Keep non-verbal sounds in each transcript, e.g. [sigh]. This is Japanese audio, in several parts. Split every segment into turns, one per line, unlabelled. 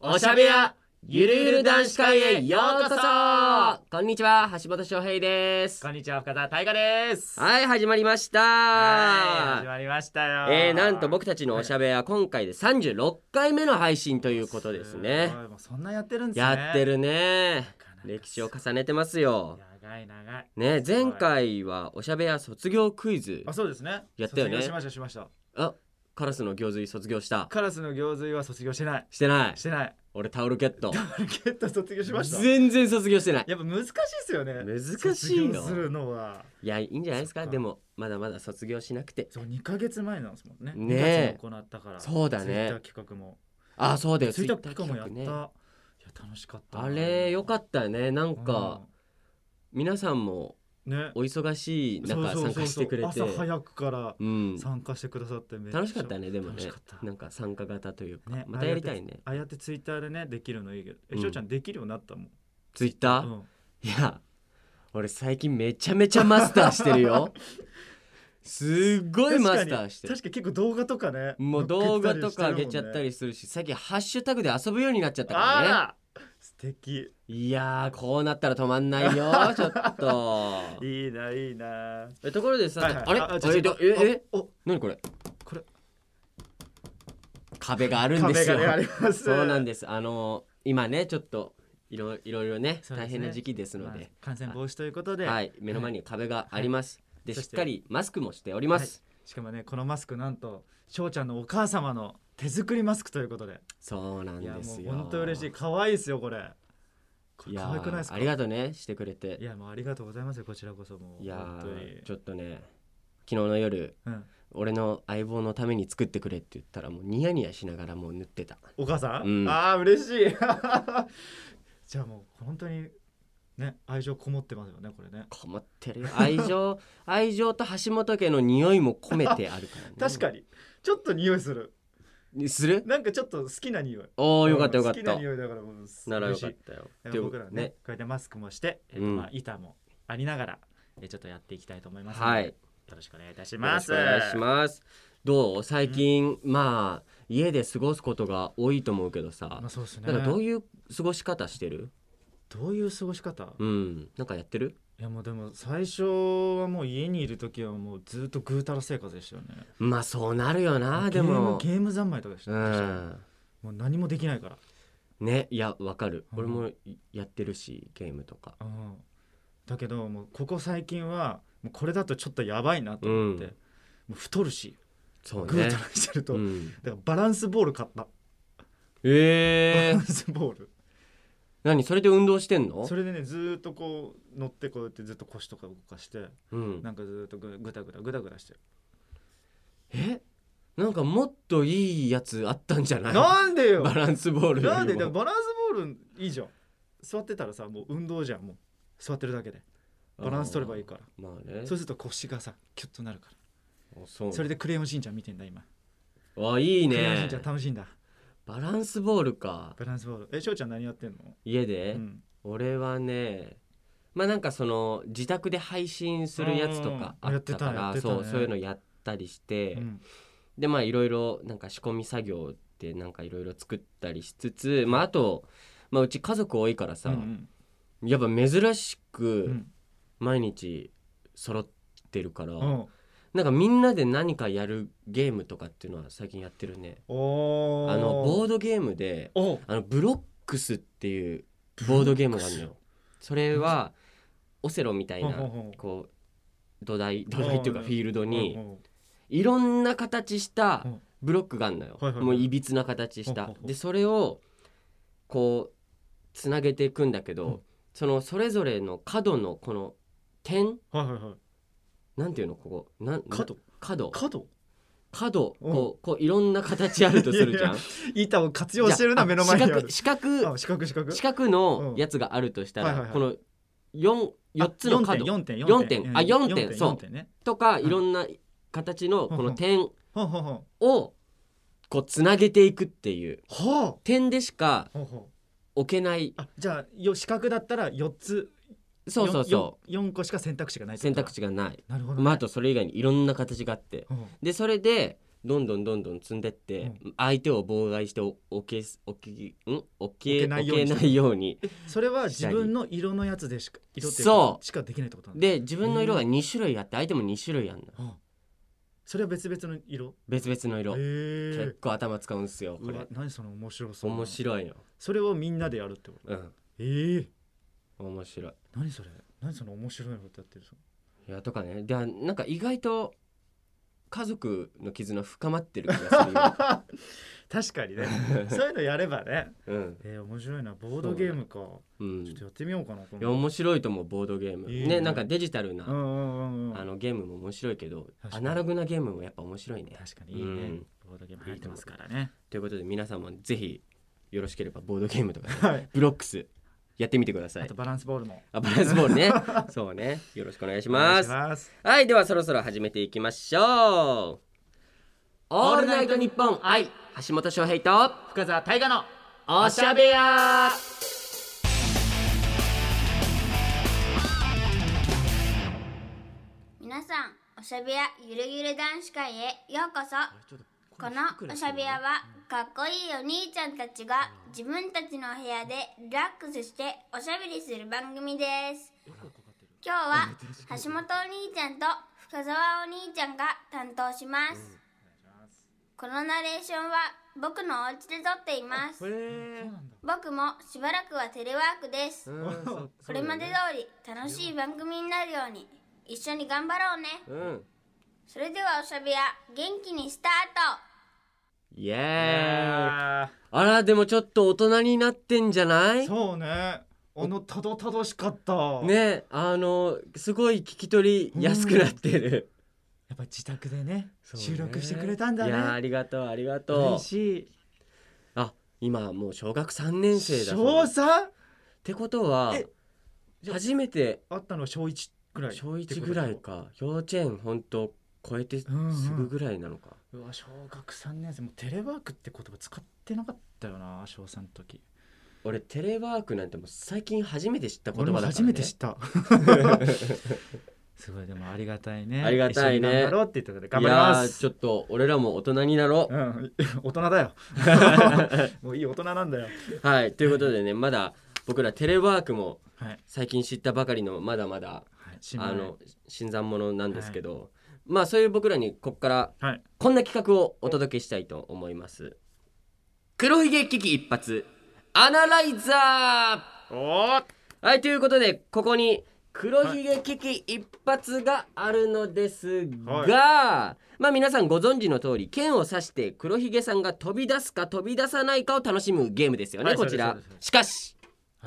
おしゃべやゆるゆる男子会へようこそこんにちは橋本翔平です
こんにちは深田大河です
はい始まりまし
はい始
た
まりましたよ
えー、なんと僕たちのおしゃべや今回で36回目の配信ということですね
すごいもうそんなやってるんですね
やってるね歴史を重ねてますよ
長い長い
ね前回はおしゃべや卒業クイズ
あそうですね
やったよね
卒業しましたしました
あカラスの行水卒業した
カラスの行水は卒業してない
してない
してない [laughs]
俺タオルケット
マーケット卒業しました
全然卒業してない
やっぱ難しいですよね
難しい
卒業
の
するのはい
やいいんじゃないですか
そっか
でもまだまだ卒業しなくて
そう二ヶ月前なんですもんね
ねえ
二月に行ったから
そうだね
ツイッター企画も
あそうだよ
ツイッター企画もや
Twitter
った、
企画
い
ね
や楽しかった
あれよか
っ
ったよねなんか、皆さんも
ね
お忙しい中
そうそうそ
参
うそう
加してくれて
朝早くから
うん
参加してくださってめちゃ
楽しかったねでも
楽
ね
しかった
なんか参加型というか
ね
またやりたいね
ああやってツイッターでねできるのいいけどえ
うん
翔ちゃんできるようになったもん
ツイッター
うん
いや俺最近めちゃめちゃマスターしてる
[laughs]
よすっごいマスターしてる
確かに確かに結構動画とかね
もう動画とか上げちゃった
り
りするし最近ハッシュタグで遊ぶようになっちゃった
あ
からね
ら素敵
いやーこうなったら止まんない
[laughs]
よちょっと
いいないいな
えところでさ、
はいはい
あれ
ちょ
え
ちょ
えええ
おお
何これ
これ
壁があるんで
壁
す
が
よ
ねあります
そうなん
で
ですあの今ねちょっといろいろいろね
そうですね
大変な時期ですので、
感染防止ということで
はい目の前に壁があります、で
そ
し
し
ってかりマスクもしております、
しかもねこのマスクなんと翔ちゃんのお母様の手作りマスクということで
そうなん
いや
で
も
す
う
よ
本当嬉しい可愛いですよこれこ
い
れ
や
可愛くないです
ー
か
ありがとうねしてくれて
いやもうありがとうございますよこちらこそもう
いや
本当に
ーちょっとね昨日の夜
うん、
俺の相棒のために作ってくれって言ったらもうニヤニヤしながらもう塗ってた
お母さん、
うん
ああ嬉しい [laughs] じゃあもう本当にね愛情こもってますよねこれね
こもってるよ [laughs] 愛情愛情と橋本家の匂いも込めてあるからね
[laughs] 確かにちょっと匂いする
にする
なんかちょっと好きな匂い
おおよかったよかっ
好きな
た
匂いだからもう
ならよ
嬉し
かっ
い
たよ
だか
で
ら
も
僕らはねこうやってマスクもして、えっと
うん
まあ、板もありながら、えちょっとやっていきたいと思いますので
はいよ
よろしくお願いいたし
ろ
ま
しく
す
お願いしますどう最近、まあ家で過ごすことが多いと思うけどさ
まあ、そうですね
なんかどう
い
い
う
う過ごし方してる
どういう過ごし方、
うんなんかやってる
いやもうでも最初はもう家にいる時はもうずっとぐうたら生活でしたよね
まあそうなるよなで
ゲーム
も
ゲーム三昧とかでした、
う
確か
ん
にもう何もできないから、
ねいやわかる
うん
俺もやってるしゲームとか
うん、だけどもうここ最近はもうこれだとちょっとやばいなと思って、
うん
もう太るし
そう
ぐう
ね
たらしてると、 [laughs]
うん
だからバランスボール買った、
ええ
バランスボール
[laughs] 何それで運動してんの
それでねずーっとこう乗ってこうやってずっと腰とか動かして
うん
なんかずーっとぐぐだぐだぐだぐだしてる
えなんかもっといいやつあったんじゃない
なんで
[laughs]
よ
バランスボールよりも
なんででもバランスボールいいじゃん座ってたらさもう運動じゃんもう座ってるだけでバランス取ればいいから
まあね
そう
あ
すると腰がさキュッとなるから
そう
それでクレヨンしんちゃん見てんだ今
あいい
クレヨンしん
ね
ちゃん楽しいんだ
バランスボールか
バランスボールえしょうちゃん何やってんの
家
う
で、
ん
俺はねまあなんかその自宅で配信するやつとか
うん
あったから
やってたやってたね
そうそういうのやったりして、
うん
でまあいろいろなんか仕込み作業でなんかいろいろ作ったりしつつまああと、まあ、うち家族多いからさ、
うん
やっぱ珍し
う
く
ん
毎日揃ってるから、
うん
なんかみんなで何かやるゲームとかっていうのは最近やってるね
おー
あのボードゲームで
お
あのブロックスっていうボードゲームがあるのよそれはオセロみたいな
ほうほうほう
こう土台土台っていうか
うん
フィールドに
うん
いろんな形した
うん
ブロックがあるのよ
はいはいはい
もういびつな形し
ほう
た
ほうほう
でそれをこうつなげていくんだけ
うん
どそのそれぞれの角のこの点
はいはいはい
なんていうのここなんな
角
角
角
角
うん
こうこういろんな形あるとするじゃん。
板を活用してるな
じゃ
目
あ
の前にある
四角四角
あ四角四角
四角のやつがあるとしたら、
うんはいはいはい
この四四つの角
4点
四点あ四点そう
点ね
とか
ん
いろんな形のこの点
ほうほうほう
をこうつなげていくっていう
ほ
点でしか
うほうほう
置けない
あじゃあよ四角だったら四つ
そうそうそう
四個しか選択肢がないうって
選
こと
択肢がない、
なるほどね、
まあ、あとそれ以外にいろんな形があって
うん
でそれでどんどんどんどん積んでって、相手を妨害してお置けす置きん置
置
け
け
な
ないい
ように
ようにそれは
した
自
り
分の色のやつでしか色ってい
そう
かしかできないってことなんだ
で自分の色が2種類あって相手も2種類あんの
あそれは別々の色
別々の
へ
色
え
結構頭使うんすよこ
うわ
れ
何その面白そうな
面白いよ
それをみんなでやるってこと
うん
ええ
面白い
何それ何その面白いことやってるの
いやとかねでなんか意外と家族の絆深まってる気が
確かに
[laughs]
ね
する
そういうのやればね [laughs]
うん
えー、面白いなボードゲームか、
うん
ちょっ
い
とやってみようかな今
や
度
面白いと思うボードゲーム
いい
ね
ね
なんかデジタル
うん
な
うんうんうん
あのゲームも面白いけど
確か
ア
に
ナログなゲームもやっぱ面白いね
確かにいいね、
うん
ボードゲーム流行ってますからね
ということで皆さんもぜひよろしければボードゲームとか
[laughs] はい
ブロックスやってみてくださ
あ
い
とバランスボールも
あバランスボール
[laughs]
ねそうねよろしくお願いし
お願
ま
いし
す
ます
はいではそろそろ始めていきましょうオールナイトニッポン愛橋本翔平と
深澤大河の
おしゃべや
皆さんおしゃべやゆるゆる男子会へようこそこのおしゃべやはかっこいいお兄ちゃんたちが自分たちの部屋でリラックスしておしゃべりする番組です今日は橋本お兄ちゃんと深澤お兄ちゃんが担当しますこのナレーションは僕のお家で撮っています
へ
そうなんだ
僕もしばらくはテレワークですこれまで通り楽しい番組になるように一緒に頑張ろうね
うん
それではおしゃべや元気にスタート
イエーイ
あ
あらでもちょっと大人になってんじゃな
ー
い
そうねあのたどたどしかった
ねあのすごい聞き取りやすくなってる
やっぱり自宅でね
そうね
収録してくれたんだ
いやーあ
ね
りがとうありがとう
嬉しい
あ今もう小学3年生だそう
小
ですっ
三
てことは
えじゃあ
初めて
あったのは小一ぐらい
小1ぐらいか幼稚園ほんと超えてす
うんうん
ぐぐらいなのか、
うわ小学3年生もうテレワークって言葉使ってなかったよな小3の時
俺テレワークなんてもう最近初めて知った言
俺
葉だ
も
から、ね、
初めて知った [laughs] すごいでもありがたいね
ありがたいね
一緒に頑張ろうって言ったことで頑張りま
いやー
す
ちょっと俺らも大人になろ
うん、大人だよ [laughs] もういい大人なんだよ
うはいということでねまだ僕らテレワークも
はい、
最近知ったばかりのまだまだ
はい、新
あ
聞
の新参者なんですけど、まあそういう僕らにこっから
はい
こんな企画をお届けしたいと思います黒ひげ危機一発アナライザ
おー
ーはいということでここに黒ひげ危機一発があるのですが、まあ皆さんご存知の通り剣を刺して黒ひげさんが飛び出すか飛び出さないかを楽しむゲームですよね、
はい
こち
そう
ら
ですそうで
しかし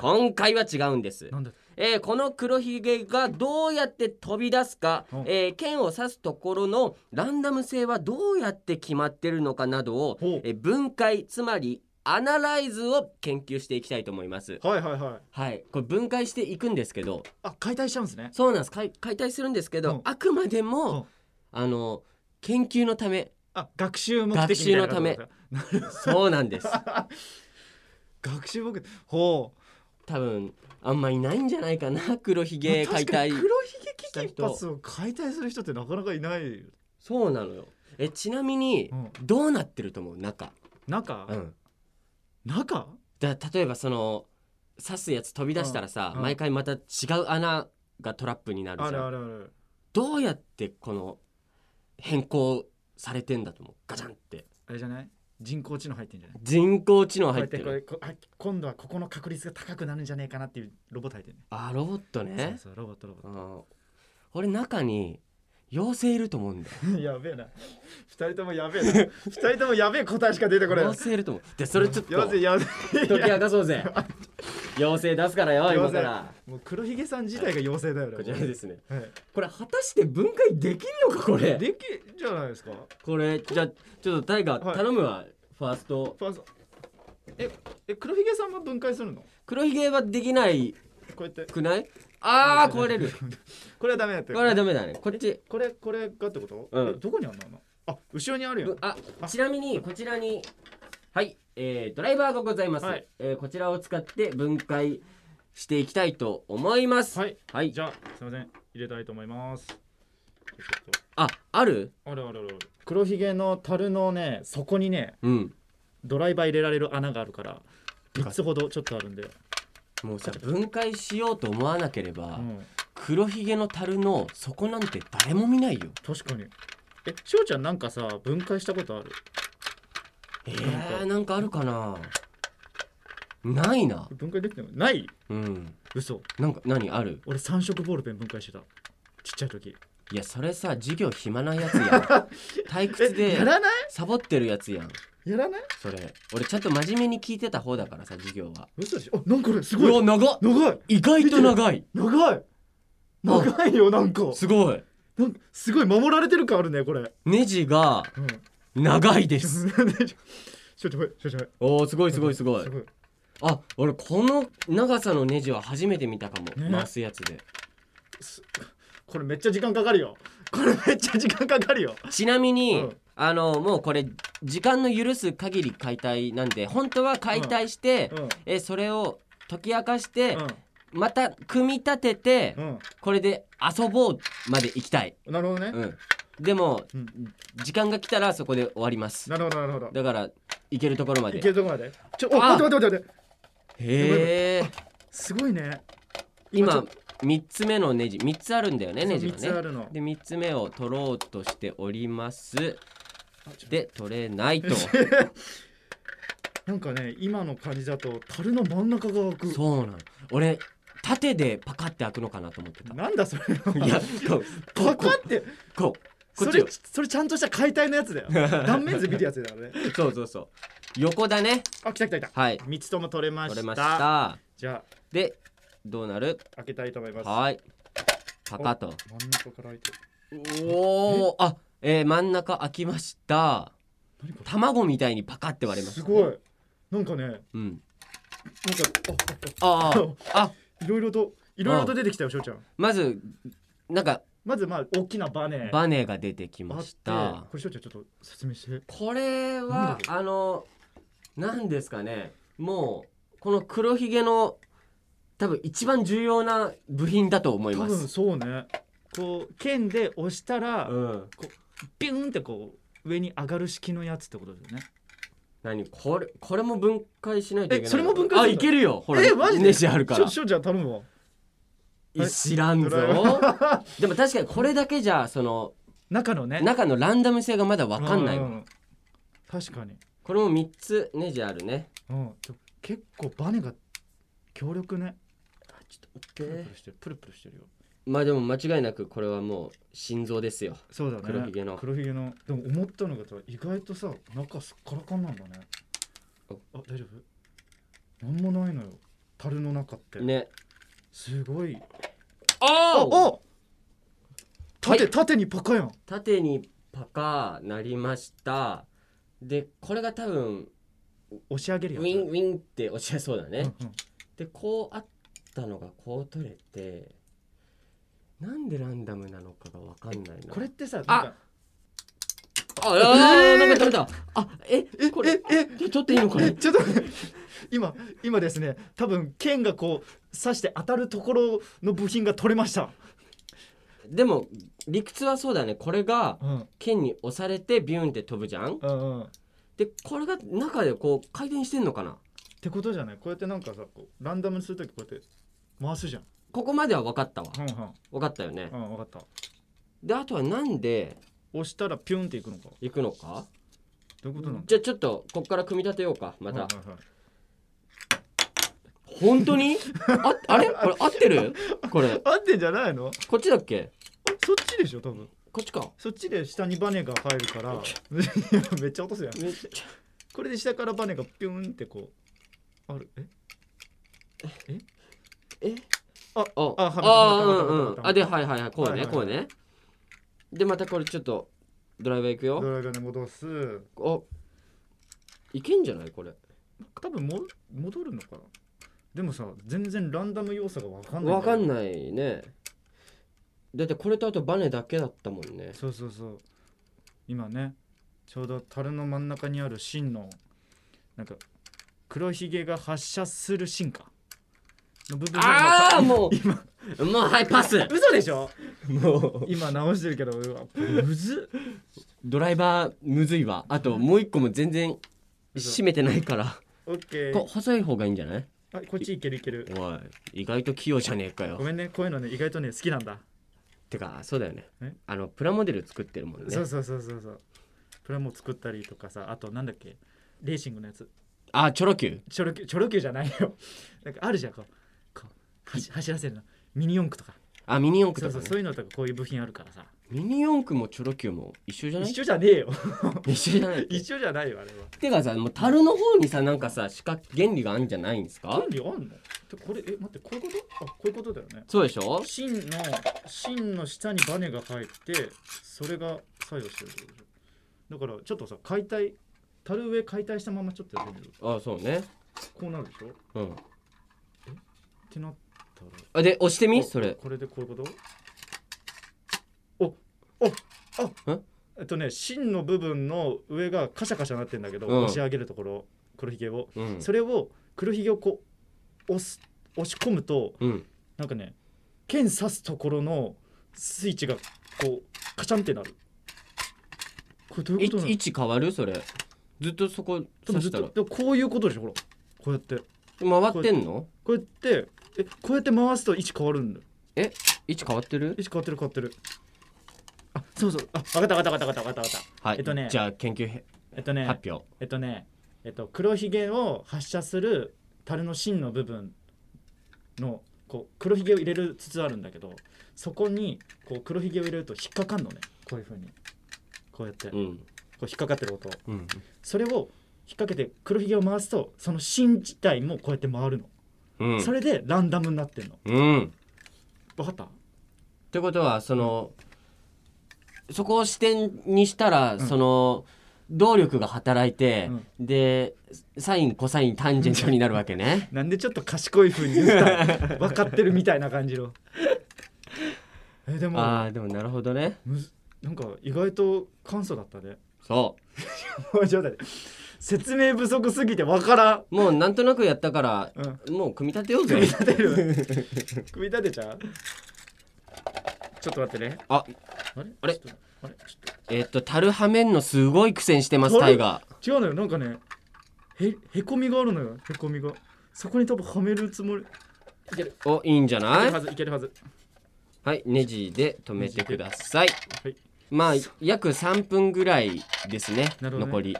今回は違うんです
なんだ
えーこの黒ひげがどうやって飛び出すか、
うん
えー剣を刺すところのランダム性はどうやって決まってるのかなどを、
ほう
えー分解つまりアナライズを研究していきたいと思います。
はいはいはい
はい、これ分解していくんですけど
あ解体しちゃうんですね
そうなんです解解体するんですけど、
うん
あくまでも、
うん
あの研究のため
あ学習目的みたいなこと
学習のそうなんです
[laughs]
[laughs]
学習目的ほう
多分あんまいないんじゃないかな黒ひげ
まあ
解体
確かに黒ひげ危機
し
一
た人
発を解体する人ってなかなかいないよ
そうなのよえちなみに、
うん
どうなってると思う中、
中、
うん、
中
だ例えばその刺すやつ飛び出したらさ、
うんうん
毎回また違う穴がトラップになる
あ
じ
る
ゃ
あ
ん
るある
どうやってこの変更されてんだと思うガチャンって
あれじゃない人工知能入ってんじゃない
人工知能
こう
入
や
っ
っててこ
る
れこあ今度はここの確率が高くなるんじゃねえかなっていうロボット入ってる
あロボット
ねそう
ね
そうロボットロボッ
うん俺中に妖精いると思うんだよ
トやべえな二人ともやべえな
[laughs]
二人ともやべえ答えしか出てこれ
妖精いると思うでそれちょっと
やべえやべ
解
え
き明かそう
[laughs]
ぜ妖精出すからよ今
妖
か
精
ら
もう黒ひげさん自体が妖精だよね
こちらですね
はい
これ果たして分解できるのかこれ
できじゃないですか
これじゃあちょっとタイガー
はい
頼むわ、ファースト
ファーストええ黒ひげさんも分解するの
黒ひげはできない
こうやって
くないあー壊れる
[laughs] これはダメだって
これはダメだねこっち
これこれがってこと、
うん
えどこにあんのあ後ろにあるよ
ぶあちなみにこちらにはい、えー、ドライバーがございます、
はい
えーこちらを使って分解していきたいと思います
はい
はい
じゃあすいません入れたいと思います。ちょっと
あある
あれあれあれ黒ひげの樽のね底にね
うん
ドライバー入れられる穴があるから3つほどちょっとあるんで、
もうさ分解しようと思わなければ、
うん、
黒ひげの樽の底なんて誰も見ないよ
確かにえしおちゃんなんかさ分解したことある
えー、なんかあるかなないな
分解できてないない
うん
嘘
なんか何ある
俺三色ボールペン分解してたちっちゃい時
いやそれさ授業暇なや
[laughs]
つやん退屈
え
で
やらない
サボってるやつやん
やらない
それ俺ちゃんと真面目に聞いてた方だからさ授業は
嘘でしょあなんかこれす
う
ご
わ
い
長っ
長い
意外と長い
長い長いよなんか
すごい
なんかすごい守られてる感あるねこれ [laughs]
ネジが
うん
長いで
し
す
ょちょいしょちょい
おーすごいすごいすごい
すごい
あ俺この長さのネジは初めて見たかも、
ね
回すやつです
これめっちゃ時間かかるよこれめっちゃ時間かかるよ
ちなみに、
うん
あのもうこれ時間の許す限り解体なんで本当は解体して、
うん
えそれを解き明かして、
う
また組み立てて、
ん
これで遊ぼうまで行きたい、
うんなるほどね、
うん、でも、
うん
時間が来たらそこで終わります
なるほどなるほど
だから行けるところまで
いけるとこまでちょお
あ
待って待って待って待って
へえ
すごいねちょ
今
っ
3つ目のネジ3つあるんだよね
と
ネジが
三つあ
ね
るの
で3つ目を取ろうとしております
あちょ
で取れない
[laughs]
と
なんかね今の感じだと樽の真ん中が開く
そうなの俺縦でパカって開くのかなと思ってた
なんだそれ
いやこうこ
パ
うこ
カ
う
って
こうこ
そ
っち
れ
よ
それちゃんとした解体のや
[laughs]
つだよ断面図見るやつだからね
そうそうそう横だね
あ来た来た来た
はい
三つとも取れま
取れ
し
ましたた
じゃあ
でどうなる
開けたいと思います
はいパカと
真ん中から開いてる
おおあえー真ん中開きました
何これ
卵みたいにパカって割れますす
ごいなんかねなんか
うん
あ
あーあ
あいろいろといろいろと出てきたよしょうちゃん
まずなんか
まずまあ大きなバネ
バネが出てき
あ
ま
っ
してた
これしょうちゃんちょっと説明して
これ
なんだ
は
っけ
あの何ですかねもうこの黒ひげの多分一番重要な部品だと思い
多
ま
分
す。
そうねこう剣で押したら
うん、
ビューンってこう上に上がる式のやつってことですよね
何これこれも分解しないといけないの
えそれも分解するの
あいけるよほら
えマジで
ネジあるか
しょ
ら
しょうちゃん頼むわ
い知らんぞでも確かにこれだけじゃその
中のね
中のランダム性がまだ分かんないうわ
ん確かに
これも3つネジあるね
うんちょ結構バネが強力ね
ちょっと待
プル
って
プルしてるプルプルしてるよ
まあでも間違いなくこれはもう心臓ですよ
そうだね
黒ひげの
黒ひげのでも思ったのがさ意外とさ中すっからかんなんだね
あ
あ大丈夫なんもないのよ樽の中って、
ね
すごい
あ
お縦、
はい
縦にパカやん
縦にパカーなりましたでこれが多分
押し上げる
ウ
やつ
ィンウィンって落ちそうだね、
うんうん
でこうあったのがこう取れてなんでランダムなのかがわかんないな
これってさなん
あ
か
ああー、
えー
なんか取れたあええこれええ取っていいのか
え
ね
ちょっと待って今今ですね多分剣がこう刺して当たるところの部品が取れました、
[laughs] でも理屈はそうだねこれが
うん
剣に押されてビューンって飛ぶじゃん
うんうん、っ
でこれが中でこう回転してんのかな
てことじゃないこうやってなんかさこうランダムにするときこうやって回すじゃん
ここまでは分かったわ
うんうん
分かったよね
うん分かった
であとはなんで
押したらピュンっていくのか
行くのか
どういうことなの
じゃあちょっとこっから組み立てようかまた、
はいはいはい
本当にああれこれ合って
[laughs]
るこれ
合ってんじゃないのあ
こっちだっけ
そっちでしょ多分
こっちか
そっちで下にバネが入るからいや [laughs] めっちゃ落とすやん
めっち
これで下からバネがピュンってこうあるえ
え
あ
あ
あはめた
あ
はめたは
うんうん
めたはめた
あではいはいはいこうね、
はいはいはい
こうねでまたこれちょっとドライバー行く
ド
よ
ライバーに戻す
あいけんじゃないこれ
多分も戻るのかなでもさ全然ランダム要素が分かんない
わかん
い
ないねだってこれとあとバネだけだったもんね
そうそうそう今ねちょうど樽の真ん中にある芯のなんか黒ひげが発射する芯かの部分が
ああもう
今
もうはいパス
嘘でしょ
もう
今直してるけどうわむずっ
ドライバーむずいわあともう一個も全然締めてないから
オッケ
こ
ー
細い方がいいんじゃない
あこっちいけるいける
おい意外と器用じゃねえかよ
ごめんねこういうのね意外とね好きなんだ
てかそうだよね
え
あのプラモデル作ってるもんね
そうそうそうそうそうプラモ作ったりとかさあとなんだっけレーシングのやつ
あチョロ Q
チョロキュチョロキュじゃないよ [laughs] なんかあるじゃんこうこう走走らせるのミニ四駆とか
あミニ四
そう
駆
そ
と
う
か
そう
ね
いうのとかこういう部品あるからさ
ミニ四駆もチョロ Q も一緒じゃない
一緒じゃねえよ
一緒じゃない
[laughs] 一緒じゃないよあれは
てかさもう樽の方にさなんかさしか原理があるんじゃないんですか
原理あんのてこれえ待ってこういうことあこういうことだよね
そうでしょ
芯の芯の下にバネが入ってそれが作用してるってことでしょだからちょっとさ解体樽上解体したままちょっとやってみる
あそうね
こうなるでしょっ
うん
てなったら
あで押してみ
あ
それ
これでこういうことおおあ
え
えっとね芯の部分の上がカシャカシャなってんだけど、
うん
押し上げるところ黒ひげを、
うん
それを黒ひげをこう押す押し込むと
うん
なんかね剣刺すところのスイッチがこうカチャンってなるこれどうい
いう
ことな
位置変わるそれずっとそこ
の
刺
ず
し
っと
たら
でもこういうことでしょほらこうやって
回ってんの
こうやってえこうやって回すと位置変わるんだよ
位置変わってる
位置変わってる変わってるあそうそうあ分かった分かった分かった分かった分かった
はい、
えっとね
じゃあ研究へ
えっとね
発表
えっとねえっと黒ひげを発射する樽の芯の部分のこう黒ひげを入れる筒あるんだけどそこにこう黒ひげを入れると引っかかんのねこういうふうにこうやって
う
こ
ん
う引っかかってる音
うん
それを引っ掛けて黒ひげを回すとその芯自体もこうやって回るの、
うん
それでランダムになってんの
うんっ
分かった
てことはそのそこを視点にしたら、その動力が働いて、でサインコサインタンジェントになるわけね
なんでちょっと賢いふうに言
[laughs]
った分かってるみたいな感じのえでも
ああーでもなるほどね
むずなんか意外と簡素だったね
そ
もうちょっと待って説明不足すぎてわからん。
うもうなんとなくやったから
うん。
もう組み立てよう
組み
ぜ
立てる。組み立てちゃう。ちょっと待ってね。
あ
あれ
あれ
ちょっとあれちょっ
えっと樽はめんのすごい苦戦してます
樽
タイガ
と違うのよ。なんかね、へへこみがあるのよ。へこみが。そこに多分はめるつもり。いける。
おいいんじゃ
いけ
な
るはいず。いけるはず。
はいネジで止めてください
はい。
まあ約3分ぐらいですね
なるほどね
残り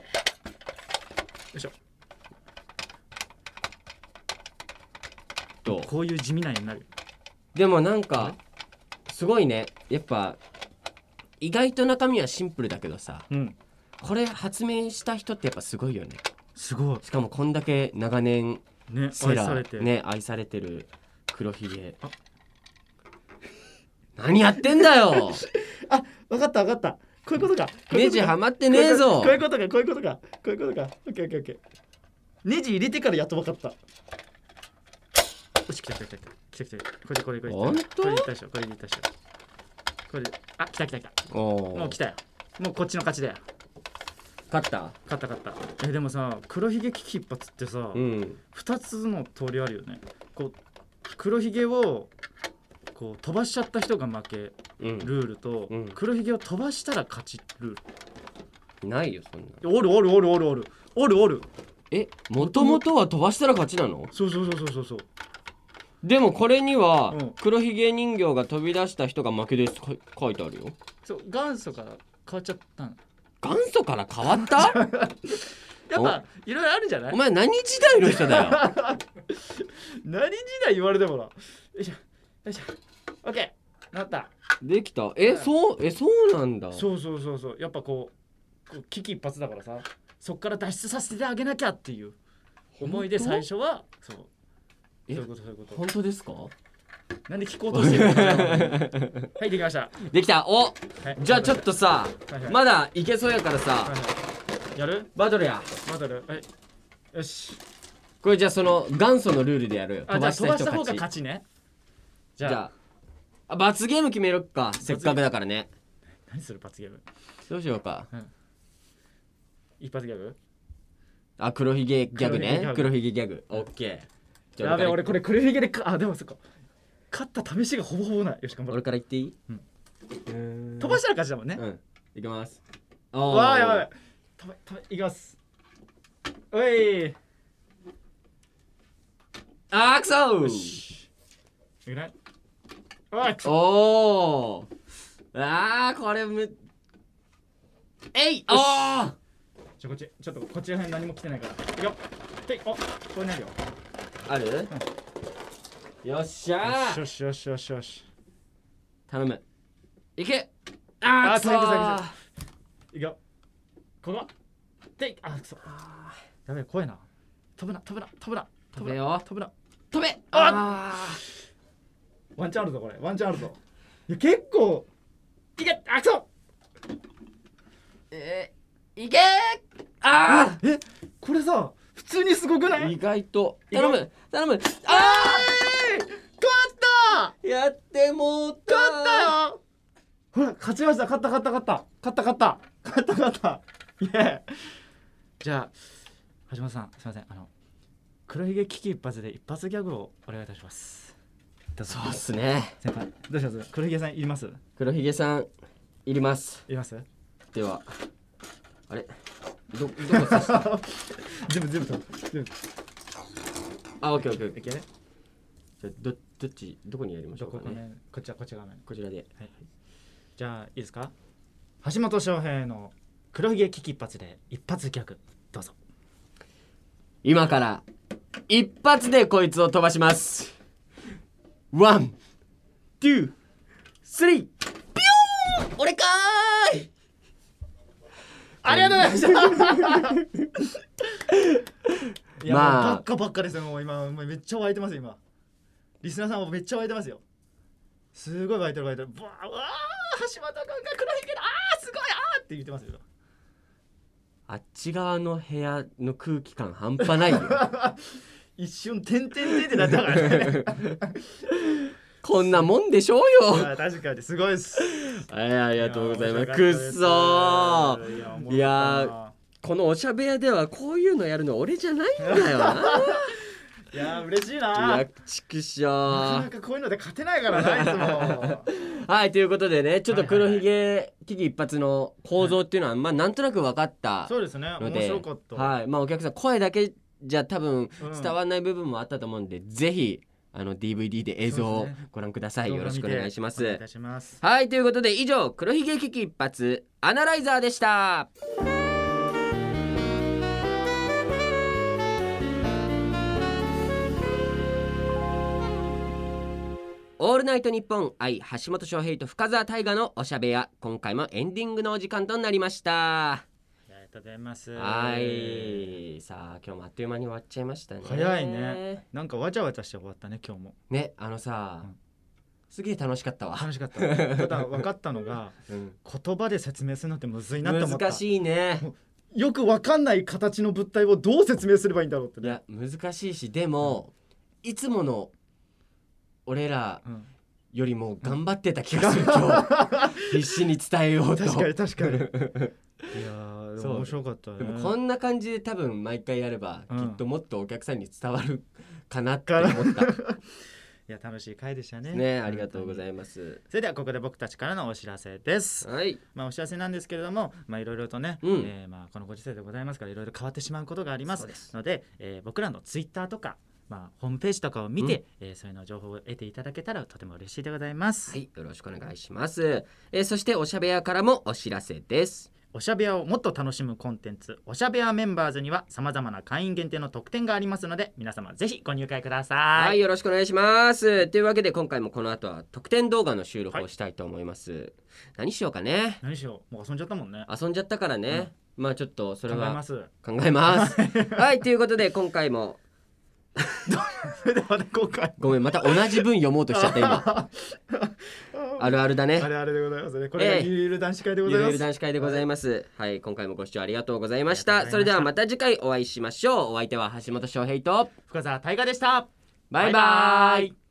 いしょ
どう
こういう地味な絵になる。
でもなんかすごいねやっぱ意外と中身はシンプルだけどさ
うん。
これ発明した人ってやっぱすごいよね
すごい。
しかもこんだけ長年
ね、
セ
愛
ラ
されて。
ね愛されてる黒ひげ何やってんだ [laughs] よ
あ、わかったわかった。こういうことか。こう
ネ
いうこと
ジ
か
はまってねえぞ
こういうことかこういうことかこういうことかオッケーオッケーオッケーネジ入れてからやっと分かったよし来た来た来た来た来た来たこれでこれでこれで
本当
これでいったでしょこれでいったでしょこれであ来た来た来た
お
もう
ー
来たよもうこっちの勝ちだよ
勝った
勝った勝ったえでもさ黒ひげ危機一発ってさ、
うん
二つの通りあるよねこう黒ひげをこう飛ばしちゃった人が負け
うん
ルールと、
うん
黒ひげを飛ばしたら勝ちルー
ないよそんな
ルおるおるおるおるおるおるおる
えもともとは飛ばしたら勝ちなの
そうそうそうそうそうそう
でもこれには
うん
黒ひげ人形が飛び出した人が負けですか書いてあるよ
そう元祖から変わっちゃったの
元祖から変わった [laughs]
やっぱいろいろあるんじゃない
お前何時代の人だよ [laughs]
[laughs] 何時代言われてもなよいしょよいしょオッケーなった
できたえそうえそうなんだ
そうそうそうそうやっぱこうこう危機一髪だからさそっから脱出させてあげなきゃっていう思いで最初はそうそう
え
いうことそういうこと
本当ですか
なんで聞こうとしてるの [laughs] かなはいできました、
できたお
はい
じゃあちょっとさ
はいはい
まだいけそうやから
は
さ
いはいやる
バトルや
バトルはいよし
これじゃあその元祖のルールでやるよ
あ
飛
じゃ
ば
あ
した人
飛ばした方
勝
が
ち
勝ちねじ
じ
ゃあ
ゃああ罰ゲーム決めろっかせっかくだからね
何する罰ゲーム
どうしようか
一発ギャグ
あ黒ひげギャグね
黒
黒ひげギャグオッケー
やべ俺これ黒ひげでかあでもそっか勝った試しがほぼほぼないよし頑張
俺
る
から言っていい、
うん
うん
飛ばしたら勝ちだもんね、
うんいきますあ
う
ー
わあやばい飛べ飛べいきますおい
あーくそ
ぐらいおい
おーあーこれむえいおー
ちょこっちちょっとこっちら辺何も来てないからいくよていおこれないよ
あるよっし
よ
ゃ
し
ー
よしよしよしよし
頼むいけあー
あー
くそ
最後最後
ー
最いくよここていあくそやべえ怖いな飛ぶな飛ぶな飛ぶな
飛べよ
飛ぶな
飛べあ
あワンチャンあるぞこれワンチャンあるぞいや結構いけあくそ
ーえーいけーあー
えこれさ普通にすごくない
意外と頼む頼むあ
あー勝った
ーやってもうた
勝ったよほら勝ちました勝った勝った勝った勝った勝った勝った勝ったイエーじゃあ橋本さんすいませんあの黒ひげ危機一発で一発ギャグをお願いいたしますどうぞ
そうっすね
先輩どうします黒ひげさんいます
黒ひげさんいります
います
ではあれどどこ刺した
[laughs] 全部全部全部
[laughs] あオッケーオッケーオッケー
いけ
じゃあどどっちどこにやりましょ
ど
うか
こ
ね
こねこっちはこっち側面
こちらで
はい、じゃあいいですか橋本翔平の黒ひげ危機一発で一発ギャグどうぞ
今から一発でこいつを飛ばしますワンツースリーピューン俺かーい
ありがとうご [laughs] ざいました。いや、
まあ
もうばっかばっかですよ。もう今、もうめっちゃ湧いてますよ。今。リスナーさんもめっちゃ湧いてますよ。すごい湧いてる湧いてる。ぶわーうわー橋本君が黒ひげだ。あーすごいあーって言ってますよ。
あっち側の部屋の空気感半端 [laughs] ないよ
一瞬てんてんてんってなったか
[laughs]
らね。
こんなもんでしょう
い
よ
や確かにすごいっす。
はいありがとうございます
や
くっ
面白
そ
かった
ー
です
い
いや
やこのおしゃべやではこういうのやるの俺じゃないんだよな
ーいやー嬉しい
い
な
や
ー。
ちくし
な
ょ
か
う
なかこういうので勝てないからな、いつも。
はいということでねちょっと
はいは
黒
いはい
ひげ危機一髪の構造っていうのは、まあなんとなく分かった
[laughs] そうですね、
の
面
で
白かった。
はいまあお客さん声だけじゃ多分
うん
伝わらない部分もあったと思うんで、ぜひあの DVD で映像
そう
を
ですね
ご覧ください、よろしくお願いしま
お願いい
す
たします。
はいということで以上黒ひげ危機一髪アナライザーでしたオールナイトニッポン愛橋本翔平と深澤大河のおしゃべや今回もエンディングのお時間となりました
ありがとうございます。
はいさあ今日もあっという間に終わっちゃいましたね
早いね。なんかわちゃわちゃして終わったね、今日も。
ねあのさ、
うん
すげえ楽しかったわ、
楽しかった。ただ分かったのが、
うん
言葉で説明するのってむずいなって思った。
難しいね
よく分かんない形の物体をどう説明すればいいんだろうって
い
ね。
や難しいしでも、いつもの俺ら
うん
よりも頑張ってた気がする、今
[laughs]
日必死に伝えようと
確かに確
[laughs]
かに。いやー、でも面白かったね。
でもこんな感じで多分毎回やれば、
うん
きっともっとお客さんに伝わるかなって思った
いや、楽しい回でしたね。
ねありがとうございます
す。それではここで僕たちからのお知らせです。
はい
まあ、お知らせなんですけれども、まあ、いろいろとね、
うん
えーまあ、このご時世でございますからいろいろ変わってしまうことがありま
そ
す
うです
ので、えー僕らのツイッターとか、まあ、ホームページとかを見て、えーそういうの情報を得ていただけたらとても嬉しいでございます、
はいよろしくお願いします、えーそしておしゃべやからもお知らせです
おしゃべやをもっと楽しむコンテンツおしゃべやメンバーズにはさまざまな会員限定の特典がありますので皆様ぜひご入会ください、
はい、よろしくお願いします。というわけで今回もこの後は特典動画の収録をしたいと思います。何しようかね。
何しようもう遊んじゃったもんね
遊んじゃったからね。まあちょっとそ
考
れ
え
は
ます [laughs]
考えます。はい、ということで今回も
それではまた今回
ごめんまた同じ文読もうとしちゃった
[laughs]
今。あるあるだね
あ。れあれでございますねこれが
ええ
ゆるゆる男子会でござ
ゆ
い
る
ま
ゆる
す、
男子会でございます。はい、今回もご視聴ありがとうございまし
あ
た。
り
そ
がとう
れ
ござ
では
いました
また次回お会いしましょう。お相手は橋本翔平と
深澤大河でした
バイバーイ。